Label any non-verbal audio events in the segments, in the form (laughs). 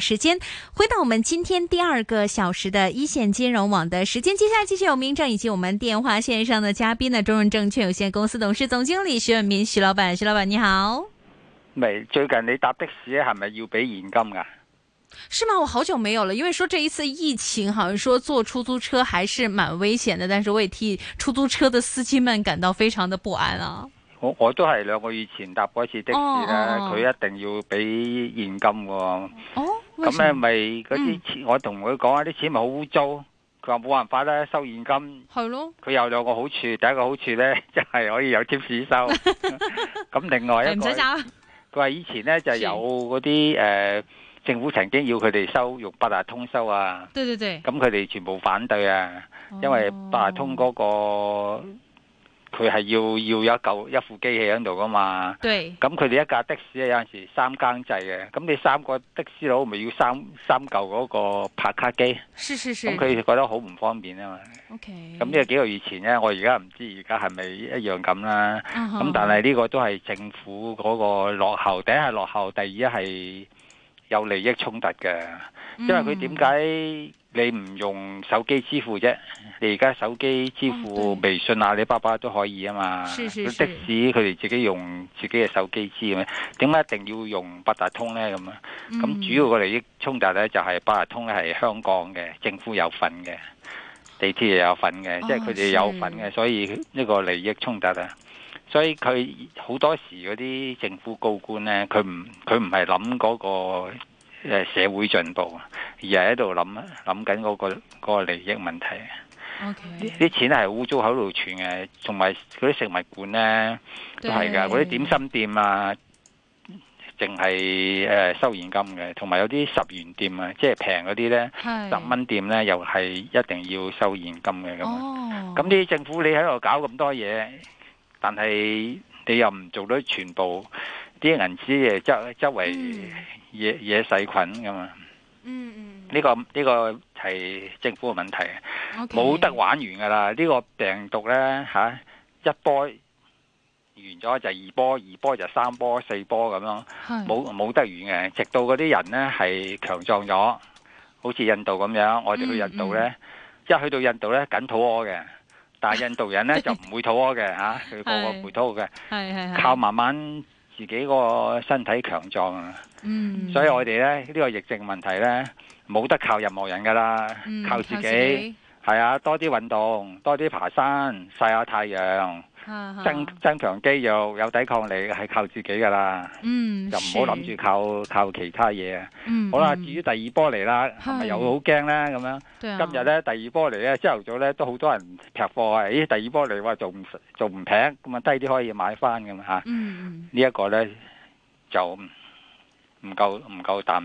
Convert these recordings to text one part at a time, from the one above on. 时间回到我们今天第二个小时的一线金融网的时间，接下来继续有明正以及我们电话线上的嘉宾呢，中润证券有限公司董事总经理徐润民，徐老板，徐老板你好。咪最近你搭的士咧，係咪要俾現金㗎？是吗？我好久没有了，因为说这一次疫情，好像说坐出租车还是蛮危险的，但是我也替出租车的司机们感到非常的不安啊。我我都係兩個月前搭過一次的士咧，哦哦哦佢、一定要俾現金喎。哦，为什咁嗯么？咧咪嗰啲錢，我同佢講啊，啲錢咪好污糟。佢話冇辦法啦，收現金。係咯，佢有兩個好處，第一個好處咧， (laughs) 就係可以有貼士收。 (laughs) 咁另外一哎唔個，使佢找。話以前咧就有嗰啲誒政府曾經要佢哋收用八達通收啊，对对对，咁佢哋全部反對啊。因為八達通哦嗰、個佢係要要有一嚿一副機器喺度噶嘛，对咁佢哋一架的士咧有陣時三更制嘅，咁你三個的士佬咪要三三嚿嗰個拍卡機，是是是嗯咁佢覺得好唔方便啊嘛。 ，OK。咁呢個幾個月前咧，我而家唔知而家係咪一樣咁啦。啊哈咁但係呢個都係政府嗰個落後，第一係落後，第二係有利益衝突嘅。因為佢點嗯解你唔用手機支付啫？你而家手機支付哦微信、阿里巴巴都可以啊嘛。是是佢的是士佢哋自己用自己嘅手機支嘅咩，點解一定要用八達通呢？咁啊，咁嗯主要個利益衝突呢，就係八達通咧係香港嘅，政府有份嘅，地鐵又有份嘅，哦即係佢哋有份嘅，所以呢個利益衝突啊。所以佢好多時嗰啲政府高官呢，佢唔佢唔係諗嗰個誒社會進步，而係喺度諗諗緊嗰個嗰個利益問題。 OK，啲啲錢係污糟喺度存嘅，同埋嗰啲食物館呢都係㗎，嗰啲點心店啊，淨係誒收現金嘅，同埋有啲十元店啊，即係平嗰啲呢，十十。蚊店呢又係一定要收現金嘅咁啊。哦，咁啲政府你喺度搞咁多嘢，但係你又唔做到全部，啲銀紙誒周周圍嗯野野細菌噶嘛？嗯呢、個呢、個係政府嘅問題，啊嗯，冇得 OK 玩完噶啦！呢、個病毒呢，吓、一波完咗就二波，二波就三波、四波咁咯，係冇冇得完嘅。直到嗰啲人呢係強壯咗，好似印度咁樣，我嗯哋去印度呢，一去到印度呢，緊肚屙嘅。但 (laughs) 係印度人呢就唔會肚屙嘅嚇，佢個個係唔會肚屙嘅，係係係靠慢慢自己個身體強壯啊。嗯，所以我哋咧呢、呢個疫症問題呢，冇得靠任何人噶啦，嗯靠自己。係啊，多啲運動，多啲爬山，曬下太陽，哈哈增增強肌肉，有抵抗力係靠自己噶啦，嗯，就唔好諗是住靠靠其他嘢啊。嗯好啦，嗯至於第二波嚟啦，係咪係又好驚呢？咁樣對啊今日呢，第二波嚟呢，朝頭早呢都好多人劈貨啊！咦，第二波嚟話仲唔仲唔平咁啊？低啲可以買翻咁嚇。嗯呢一個呢，就唔唔夠唔夠淡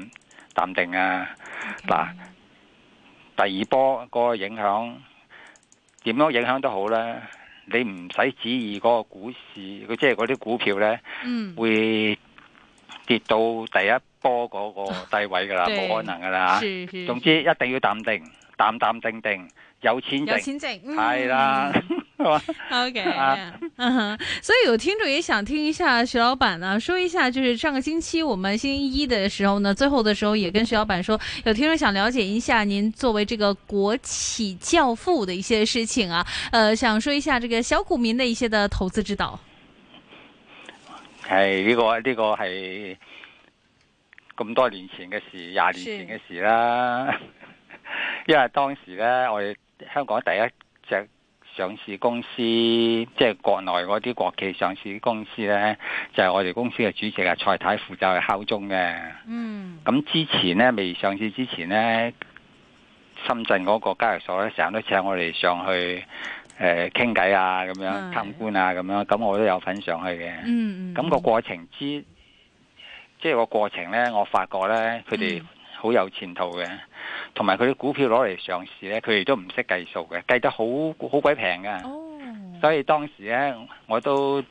淡定啊！嗯嗱第二波嗰個影響點樣影響都好啦，你唔使指意嗰個股市，佢即係嗰啲股票呢，嗯會跌到第一波嗰個 (laughs) 低位噶啦，對冇可能噶啦。是是總之一定要淡定，淡淡定定，有錢有錢剩，剩嗯係啦，係嘛？ OK，啊嗯哼，所以有听众也想听一下徐老板呢、说一下，就是上个星期我们星期一的时候呢，最后的时候也跟徐老板说，有听众想了解一下您作为这个国企教父的一些事情啊，呃，想说一下这个小股民的一些的投资指导。係呢、個呢、個係咁多年前嘅事，廿年前嘅事啦。 (laughs) 因為當時呢，我哋香港第一隻上市公司，即係國內嗰啲國企上市公司呢，就係、我哋公司嘅主席啊蔡太負責去敲鐘嘅。嗯咁之前呢，未上市之前呢，深圳嗰個交易所呢，成日都請我哋上去誒傾偈啊，咁樣係參觀啊，咁樣，咁我都有份上去嘅。嗯，咁個過程之，即係個過程呢，我發覺呢，佢哋嗯好有前途嘅，同埋佢啲股票攞嚟上市呢，佢哋都唔識計數嘅，計得好好鬼平嘅。嗯哦，所以當時呢，我都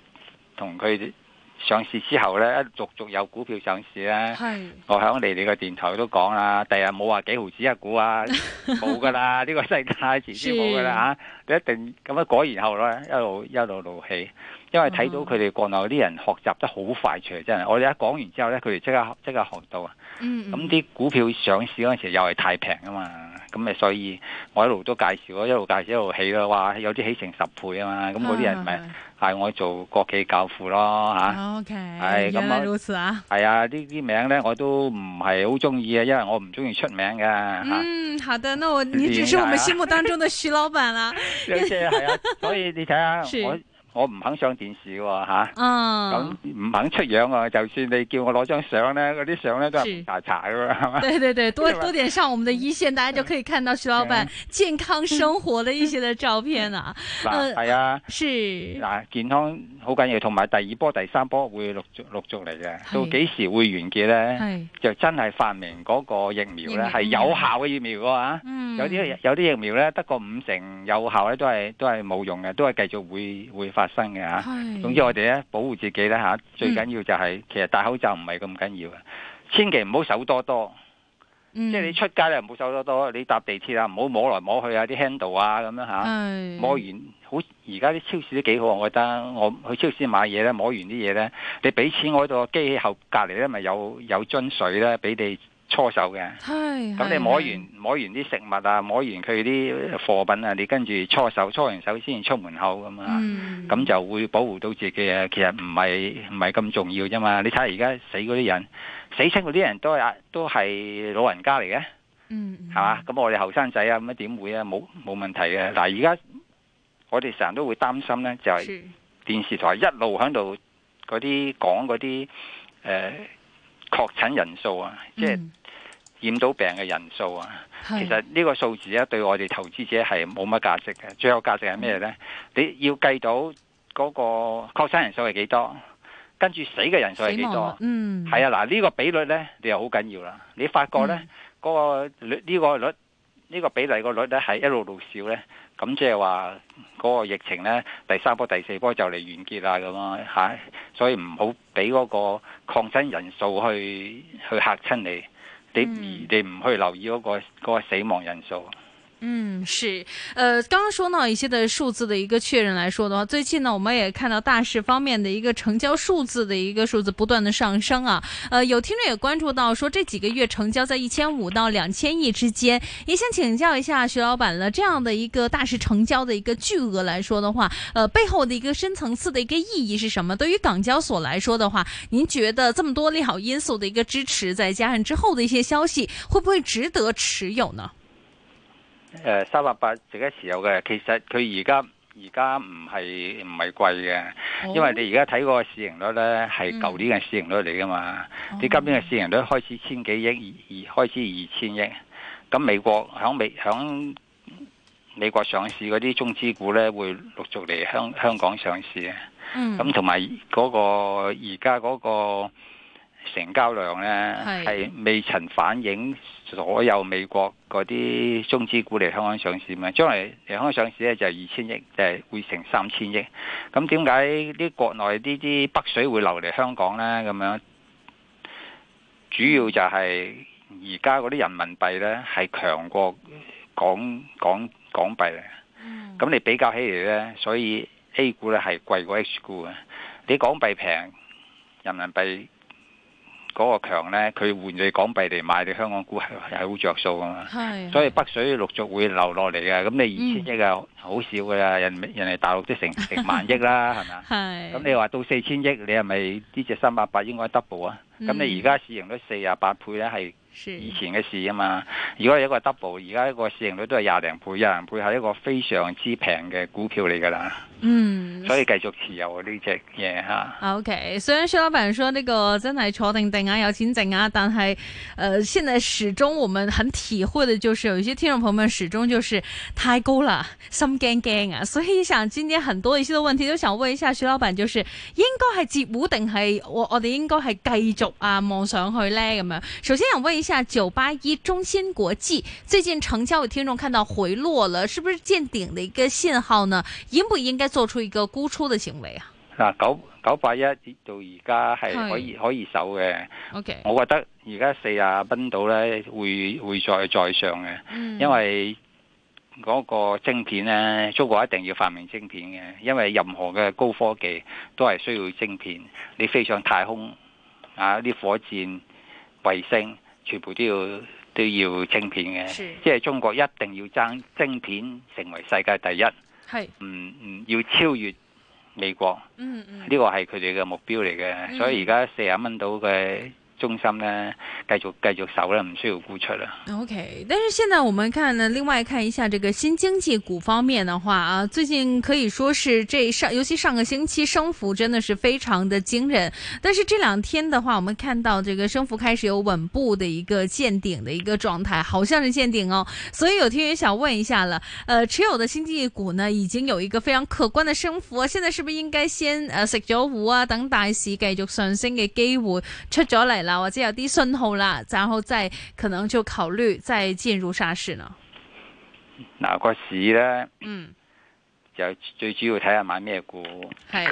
同佢上市之後咧，一逐逐有股票上市咧，係我響你哋個電台都講啦，第日冇話幾毫子一股啊，冇噶啦，呢個世界遲先冇噶啦嚇，你一定咁樣果然後咧一路一路怒氣，因為睇到佢哋國內啲人學習得好快脆，真係，我哋一講完之後咧，佢哋即刻即刻學到啊，嗯，咁啲股票上市嗰陣時又係太平啊嘛，咁咪所以我一路都介紹咯，一路介紹一路起咯，哇，有啲起成十倍啊嘛，咁嗰啲人咪嗌我做國企教父咯嚇。 O K，係咁哦原來我如此啊，系啊，呢啲名咧我都唔係好中意啊，因為我唔中意出名嘅吓，嗯，好的，那我你只是我们心目當中的徐老闆啦，即係係 (laughs) 啊，所以你睇下是我我唔肯上電視喎吓，咁嗯，唔肯出樣啊，就算你叫我攞張相咧，嗰啲相咧都是係查查噶嘛，係 (laughs) 嘛？对对对，多是吧多点上我们的一线，大家就可以看到徐老闆健康生活的一些的照片啊，嗱呃係啊，是，嗱健康好緊要，同埋第二波、第三波會陸續陸續嚟嘅，係到幾時會完結咧？係，就真係發明嗰個疫苗咧，係疫苗有效嘅疫苗喎吓。嗯，有啲有啲疫苗咧，得個五成有效咧，都係都係冇用嘅，都係繼續會會發生嘅嚇。係，總之我哋咧保護自己咧嗯嚇，最緊要就係、其實戴口罩唔係咁緊要嘅，千祈唔好手多多。嗯，即係你出街咧唔好手多多，你搭地鐵啊唔好摸來摸去啊啲 handle 啊咁樣嚇。嗯係摸完好而家啲超市都幾好，我覺得我去超市買嘢咧，摸完啲嘢咧，你俾錢我喺度機器後隔離咧咪有有樽水咧俾你搓手嘅。係，咁係你摸係完摸完啲食物啊，摸完佢啲貨品啊，你跟住搓手，搓完手先出門口咁啊，嗯，咁、就會保護到自己啊。其實唔係唔係咁重要啫嘛。你睇下而家死嗰啲人，死親嗰啲人都係都係老人家嚟嘅，嗯，係嘛？咁我哋後生仔啊，咁啊點會啊？冇冇問題嘅。嗱，而家我哋成日都會擔心咧，就係、是電視台一路喺度嗰啲講嗰啲誒確診人數啊，即係嗯染到病嘅人數啊。係其實呢個數字咧對我哋投資者係冇乜價值嘅，最有價值係咩呢？嗯你要計到嗰個確診人數係幾多，跟住死嘅人數係死幾亡率多？嗯，係啊，嗱呢個比率呢，你又好緊要啦。你發覺呢嗰、個率呢個率呢個比例個率呢係一路路少呢。咁即係話嗰個疫情呢，第三波、第四波就嚟完結啦咁啊嚇，所以唔好俾嗰個抗爭人數去去嚇親你，你嗯你唔去留意嗰、個嗰個死亡人數。嗯，是，呃，刚刚说到一些的数字的一个确认来说的话，最近呢，我们也看到大市方面的一个成交数字的一个数字不断的上升啊，呃，有听众也关注到说这几个月成交在一千五到两千亿之间，也想请教一下徐老板了，这样的一个大市成交的一个巨额来说的话，呃，背后的一个深层次的一个意义是什么？对于港交所来说的话，您觉得这么多利好因素的一个支持，再加上之后的一些消息，会不会值得持有呢？誒三百八值得持有嘅，其實佢而家而家唔係唔係貴嘅，因為你而家睇嗰個市盈率呢，係哦嗯舊年嘅市盈率嚟噶嘛，哦你今年嘅市盈率開始千幾億，而而開始二千億，咁美國響美響美國上市嗰啲中資股呢，會陸續嚟香香港上市嘅，嗯咁同埋嗰個而家嗰個成交量呢，係係未曾反映所有美國嗰啲中資股嚟香港上市嘛。將來嚟香港上市呢，就係二千億，就係、會成三千億。咁點解啲國內呢啲北水會流嚟香港呢？咁樣主要就係而家嗰啲人民幣呢，係強過港港港幣嚟。嗯咁你比較起嚟呢，所以 A 股呢係貴過 H 股嘅。你港幣平，人民幣嗰個強呢，佢換你港幣嚟買你香港股係係好着數噶嘛。係，所以北水陸續會流落嚟嘅，咁你嗯二千億啊，好少噶啦，人人哋大陸 (laughs) 都成成萬億啦，係咪啊？係咁你話到四千億，你係咪呢只三百八應該 double 啊？咁嗯你而家市盈率四廿八倍呢，係是以前嘅事啊嘛。如果有一個 double，而家一個市盈率都係廿零倍，廿零倍係一個非常之平嘅股票嚟㗎啦，嗯所以繼續持有呢只嘢嚇。 OK，虽然薛老板说那个真系坐定定啊，有钱挣啊，但系呃，现在始终我们很体会的就是，有一些听众朋友们始终就是太高了，心惊惊啊，所以想今天很多一些的问题都想问一下薛老板，就是应该系截胡定系我我哋应该系继续啊望上去呢？咁样。首先想问一下九八一中芯国际最近成交有听众看到回落了，是不是见顶的一个信号呢？应不应该做出一个沽出的行为啊？嗱九九八一到而家係係可以可以守嘅， ？OK，我覺得而家四啊蚊到咧會會再再上嘅，嗯，因為嗰個晶片咧，中國一定要發明晶片嘅，因為任何嘅高科技都係需要晶片。你飛上太空啊，啲火箭、衛星全部都要都要晶片嘅，是即係中國一定要爭晶片成為世界第一，係，唔唔要超越美國。嗯嗯，呢個係佢哋嘅目標嚟嗯嘅，所以而家四十蚊到嘅中心呢，繼續繼續守啦，唔需要沽出啦。 OK，但是现在我们看呢，另外看一下这个新经济股方面的话啊，最近可以说是这上，尤其上个星期升幅真的是非常的惊人。但是这两天的话，我们看到这个升幅开始有稳步的一个见顶的一个状态，好像是见顶哦。所以有听员想问一下了，呃，持有的新经济股呢，已经有一个非常可观的升幅啊，現在是不是應該先誒食咗糊啊，等大市繼續上升嘅機會出咗嚟啦，或者有啲信號啦，然後再可能就考慮再進入沙市呢？嗱，個市呢，嗯，就最主要睇下買咩股，係，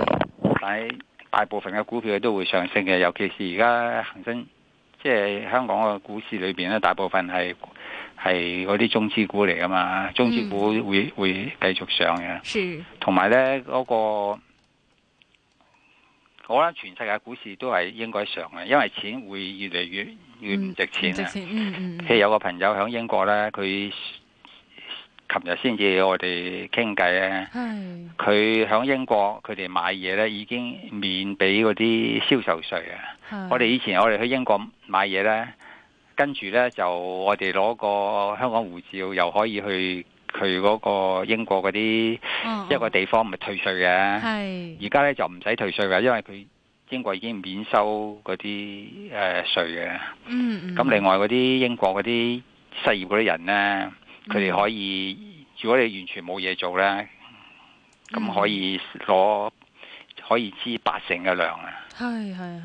但係大部分嘅股票都會上升嘅，尤其是而家恒生即係香港嘅股市裏邊呢，大部分係係嗰啲中資股嚟噶嘛，中資股嗯會會繼續上嘅。是，同埋咧嗰個，我覺得全世界股市都係應該上嘅，因為錢會越嚟越越唔值錢值啊！錢，嗯譬嗯，如有個朋友喺英國咧，佢琴日先至我哋傾偈嗯咧，係，佢喺英國佢哋買嘢咧已經免俾嗰啲銷售税啊！係我哋以前我哋去英國買嘢咧，跟住咧就我哋攞個香港護照又可以去去嗰個英國嗰啲。嗯一個地地方咪退税嘅，嗯而係家咧就唔使退税嘅，因為佢英國已經免收嗰啲誒税嘅。嗯嗯，咁另外嗰啲英國嗰啲失業嗰啲人咧，佢哋可以，如果你完全冇嘢做咧，嗯咁可以攞可以支八成嘅糧啊！係係係，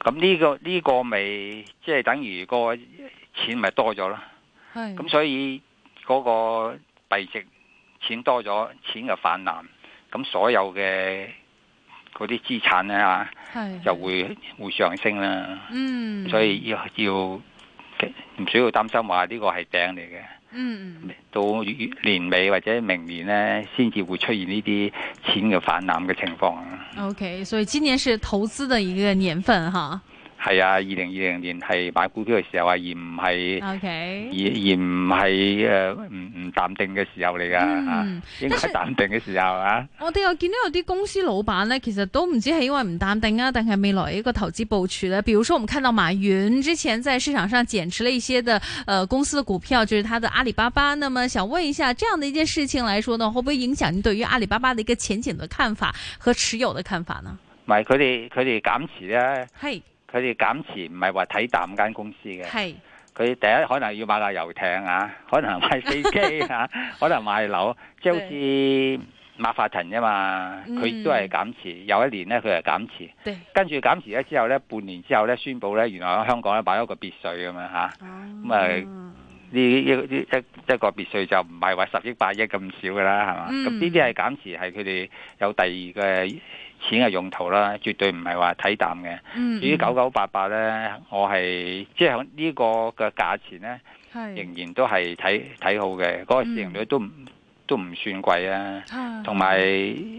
咁呢、個呢、個咪即係等於個錢咪多咗咯。係咁所以嗰個幣值錢多咗，錢嘅泛濫，咁所有嘅嗰啲資產咧啊，係就會會上升啦。嗯，所以要要唔需要擔心話呢個係頂嚟嘅，嗯嗯到年尾或者明年呢，先至會出現呢啲錢嘅泛濫嘅情況啊。 ，OK，所以今年是投資的一個年份哈係啊，二零二零年係買股票嘅時候啊，而唔係而，OK。而唔係誒唔唔淡定嘅時候嚟㗎嚇。嗯，應該係淡定嘅時候啊，我哋又見到有啲公司老闆呢，其實都唔知係因為唔淡定啊，定係未來一個投資部署呢。比如說，我們看到馬雲之前在市場上減持了一些的，呃，公司的股票，就是他的阿里巴巴。那麼想問一下，這樣的一件事情來說呢，會不會影響你對於阿里巴巴的一個前景的看法和持有的看法呢？唔係佢哋佢哋減持咧，係佢哋減持唔係話睇淡間公司嘅，係佢第一可能要買架遊艇啊， (laughs) 可能買飛機 (laughs) 啊，可能買樓，即係好似馬化騰啫嘛，嗯佢都係減持，有一年咧佢係減持，對，跟住減持咗之後咧，半年之後咧宣布咧，原來喺香港咧買咗個別墅咁樣嚇，咁咁嗯啊呢一一一一個別墅就唔係話十億八億咁少噶啦，係嘛？嗯咁呢啲係減持，係佢哋有第二嘅錢嘅用途啦，絕對唔係話睇淡嘅。嗯，至於九九八八呢，我係即係呢個嘅價錢呢，係仍然都係睇睇好嘅，嗰、個市嗯盈率都唔、都唔算貴啊。同埋呢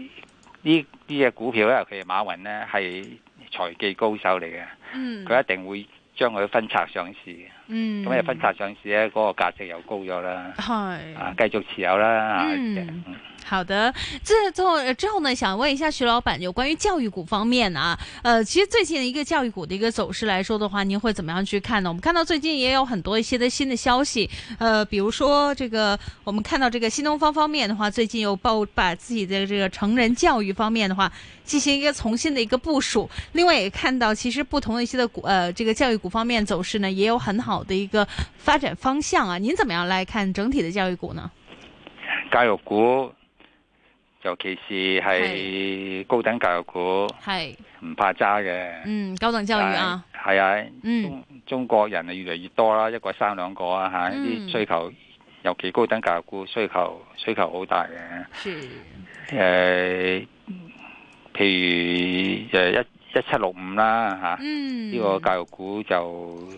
呢只股票咧，佢哋馬雲呢係財技高手嚟嘅，嗯佢一定會將佢分拆上市嘅。嗯咁你分拆上市呢，嗰、個價值又高咗啦。係啊，繼續持有啦。嗯啊好的，这之后之后呢，想问一下徐老板有关于教育股方面啊，呃，其实最近的一个教育股的一个走势来说的话，您会怎么样去看呢？我们看到最近也有很多一些的新的消息，呃，比如说这个，我们看到这个新东方方面的话，最近又报把自己的这个成人教育方面的话进行一个重新的一个部署。另外也看到，其实不同的一些的股，呃，这个教育股方面走势呢，也有很好的一个发展方向啊。您怎么样来看整体的教育股呢？教育股，尤其是係高等教育股，嗨，唔怕揸嘅。嗯，高等教育啊。但係，係啊，嗯中中國人啊越嚟越多啦，一個生兩個啊嚇，嗯啲需求，尤其高等教育股需求需求好大嘅。是，誒，譬如誒一一七六五啦嚇，嗯，呢、個教育股就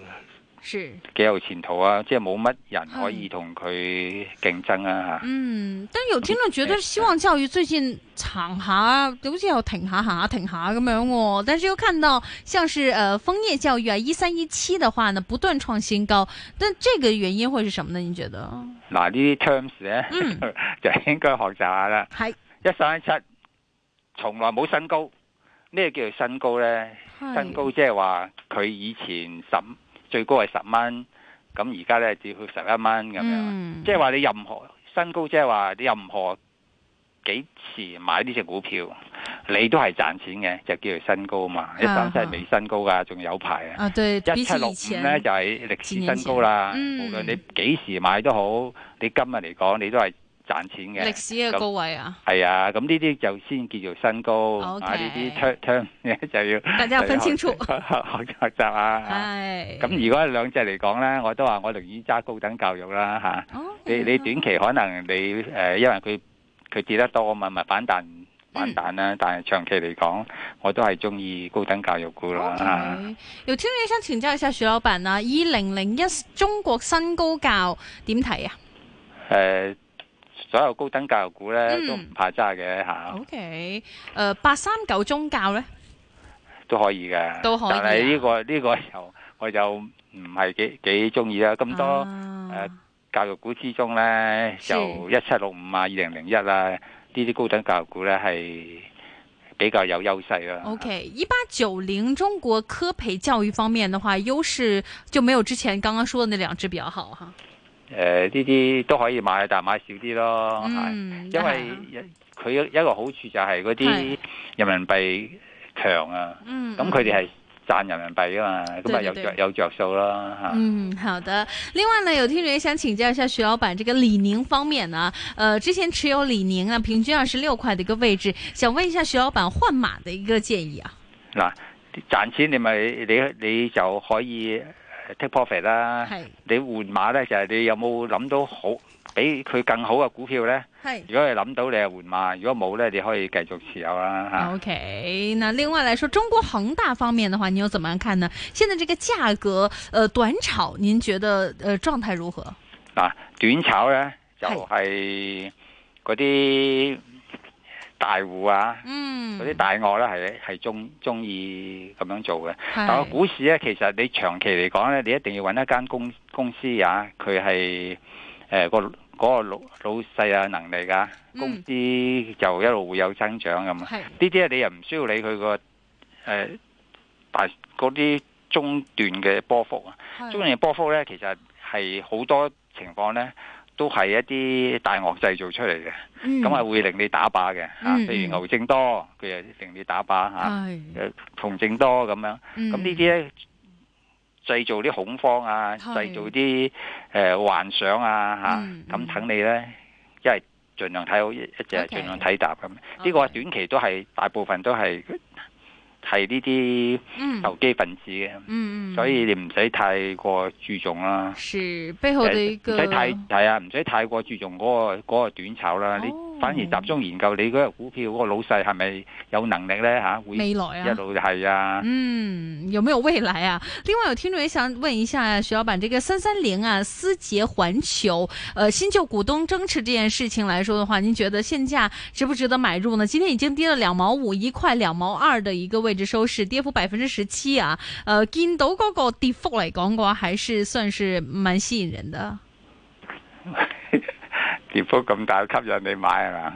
是，幾有前途啊！即係冇乜人可以係同佢競爭啊嚇。嗯，但有聽眾覺得希望教育最近行下，好似又停下行下停下咁樣喎。但是又看到像是呃楓葉教育啊，一三一七的話呢，不斷創新高，但這個原因會是什麼呢？你覺得？嗱呢啲 (laughs) terms 咧、嗯就應該學習下啦。係一三一七從來冇新高，咩叫做新高呢？新高即係話佢以前十最高係十蚊，咁而家呢，只要十一蚊咁樣。嗯，即係話你任何新高，即係話你任何幾時買呢只股票，你都係賺錢嘅，就叫做新高嘛。一三啊七未新高㗎，仲有排啊。啊，對，一比七起六以五呢，前就係歷幾年史新高啦。前嗯無論你幾時買都好，你今日嚟講你都係賺錢嘅。歷史嘅高位啊， (laughs) 係啊，咁呢啲就先叫做新高 OK 啊！呢啲 term term 咧就要大 (laughs) 家要分清楚就。要 (laughs) 學學學習啊！係咁如果兩隻嚟講咧，我都話我寧願揸高等教育啦嚇、哦你你短期可能你誒、呃因為佢佢跌得多啊嘛，咪反彈反彈啦。但係長期嚟講，我都係中意高等教育股啦啊嚇。 OK，有聽眾想請教一下徐老闆啊，二零零一中國新高教點睇啊誒、呃所有高等教育股咧嗯都唔怕揸嘅嚇， ？OK，誒八三九宗教咧，都可以嘅。都可以啊但係呢、個呢、個 (laughs) 又我就唔係幾幾中意啦。咁多。啊教育股之中呢，是就一七六五啊、二零零一啊呢啲高等教育股呢，係比較有優勢啦。 OK，一八九零中國科培教育方面的話，優勢就沒有之前剛剛說的那兩隻比較好哈。誒呃呢啲都可以買，但係買少啲咯，係嗯，因為佢一個好處就係嗰啲係人民幣強啊，嗯，咁佢哋係賺人民幣啊嘛，咁啊對對有對着有着數啦嚇。嗯，好的。另外呢，有聽者也想請教一下徐老闆，這個李寧方面呢，呃，之前持有李寧呢，平均二十六塊的一個位置，想問一下徐老闆換馬的一個建議啊。嗱賺錢你咪你你就可以呃 take profit 啦。係你換馬呢，就係、你有冇諗到好比佢更好嘅股票呢？係。如果你諗到你係換馬，如果冇呢，你可以繼續持有啦嚇。 OK，那另外來說，中國恒大方面的話，你又怎麼樣看呢？現在這個價格，呃，短炒，您覺得呃狀態如何？嗱、短炒呢，就係係嗰啲大戶啊，嗯，嗰啲大鱷呢，係係中中意咁樣做嘅。係但係股市呢，其實你長期嚟講呢，你一定要揾一間公公司啊，佢係誒個嗰個老老細有能力㗎，嗯公司就一路會有增長咁啊。係呢啲咧你又唔需要理佢個誒大嗰啲中段嘅波幅啊，係中段嘅波幅咧其實係好多情況咧都係一啲大鱷製造出嚟嘅，嗯咁係會令你打靶嘅嚇，嗯譬如嗯牛正多佢又令你打靶嚇，係誒紅正多咁樣，嗯咁呢啲咧。製造啲恐慌啊，係製造啲誒、呃幻想啊嗯嚇，咁、嗯等你咧，一係盡量睇好一一隻， OK 盡量睇淡咁。呢呢個短期都係大部分都係係呢啲嗯投機分子嘅，嗯嗯，所以你唔使太過注重啦。是背後的一誒哦個唔使太係啊，唔使太過注重嗰、個嗰個短炒啦。你哦反而集中研究你嗰個股票嗰個老細係咪有能力呢？嚇、會一未來啊。路係啊。嗯，有沒有未來啊？另外有聽眾也想問一下徐老闆，這個三三零啊，思捷环球，呃，新舊股東爭持這件事情來說的話，您覺得現價值不值得買入呢？今天已經跌了兩毛五，一塊兩毛二的一個位置收市，跌幅百分之十七啊。呃，見到嗰個跌幅嚟講嘅話，還是算是蠻吸引人的。跌幅咁大吸引你買係嘛？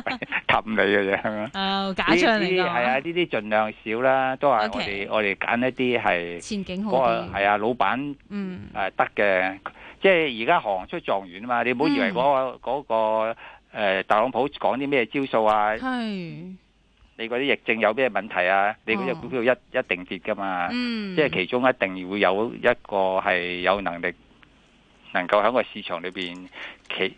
(laughs) 氹你嘅啫。呃，假呢象嚟啲㗎，係啊，呢啲盡量少啦，都係我 OK 哋我哋揀一啲係前景好嗰個啲。係啊，老闆。嗯，誒得嘅，即係而家行出狀元啊嘛！你唔好以為嗯嗰、個嗰、個、呃、特朗普講啲咩招數啊，係，你嗰啲疫症有咩問題啊？你嗰只哦股票一一定跌噶嘛，嗯，即係其中一定會有一個係有能力能夠喺個市場裏邊企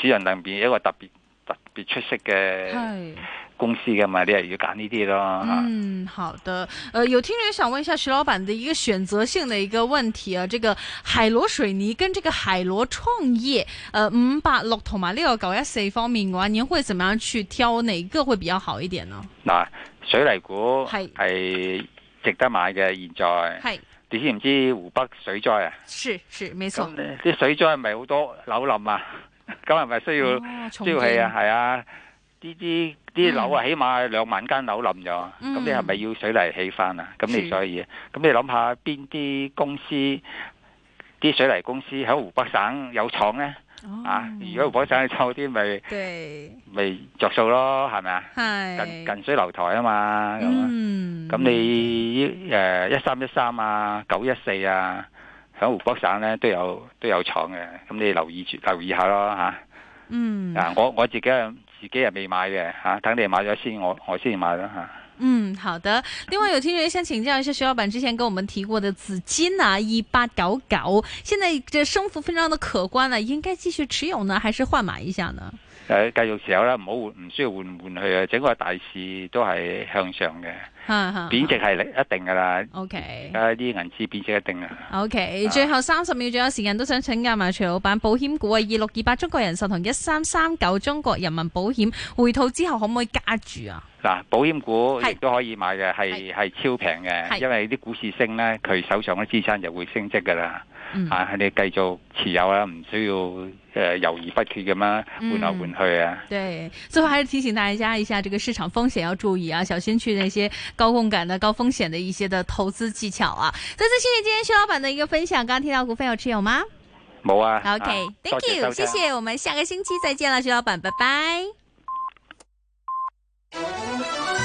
市場裏邊一個特別特別出色嘅係。公司嘅嘛，你係要揀呢啲咯。嗯，好的。呃，有聽眾想問一下徐老闆的一個選擇性的一個問題啊，這個海螺水泥跟這個海螺創業，呃，五八六同埋呢個九一四方面嘅話，您會怎麼樣去挑，哪一個會比較好一點呢？嗱、水泥股係係值得買嘅，現在係，你知唔知湖北水災啊？是是，沒咁錯。呢啲水災咪好多樓冧啊？ (laughs) 咁係咪需要哦重需要係建啊？係啊，呢啲啲樓啊，起碼兩萬間樓冧咗，咁嗯你係咪要水泥起翻啊？咁是你所以，咁你諗下邊啲公司，啲水泥公司喺湖北省有廠呢？哦啊，如果湖北省有廠嗰啲咪對，咪着數咯，係咪啊？近係，近水樓台啊嘛，Ừ. 咁啊嗯，咁你誒一三一三啊，九一四啊，喺湖北省咧都有都有廠嘅，咁你留意住留意下咯嚇。嗯啊，我我自己係自己係未買嘅嚇、啊等你買咗先，我我先買啦嚇。嗯，好的。另外有聽人想請教一下徐老闆，之前跟我們提過的紫金啊，一八九九，現在這升幅非常的可觀了，應該繼續持有呢，還是換買一下呢？誒、繼續持有啦，唔好換，唔需要換換去啊。整個大市都係向上嘅，哈 (laughs) 哈，貶值係一定噶啦。 OK 而家啲銀紙貶值一定啊。 OK，最後三十秒左右時間都想請教埋徐老闆，保險股啊，二六二八中國人壽同一三三九中國人民保險回吐之後可唔可以加注啊？嗱，保險股係亦都可以買嘅，係係超平係嘅，因為啲股市升咧，佢手上嘅資產就會升值噶啦。嗯，啊，你繼續持有啦，唔需要誒、呃、猶豫不決咁樣換來換去啊。對，最後還是提醒大家一下，这个市场風險要注意啊，小心去那些高槓桿的、高風險的一些的投資技巧啊。再次謝謝今天薛老闆的一個分享，剛剛提到股份有持有嗎冇啊。啊多謝？OK，Thank、you，收聽謝謝，我們下個星期再見了，薛老闆，拜拜。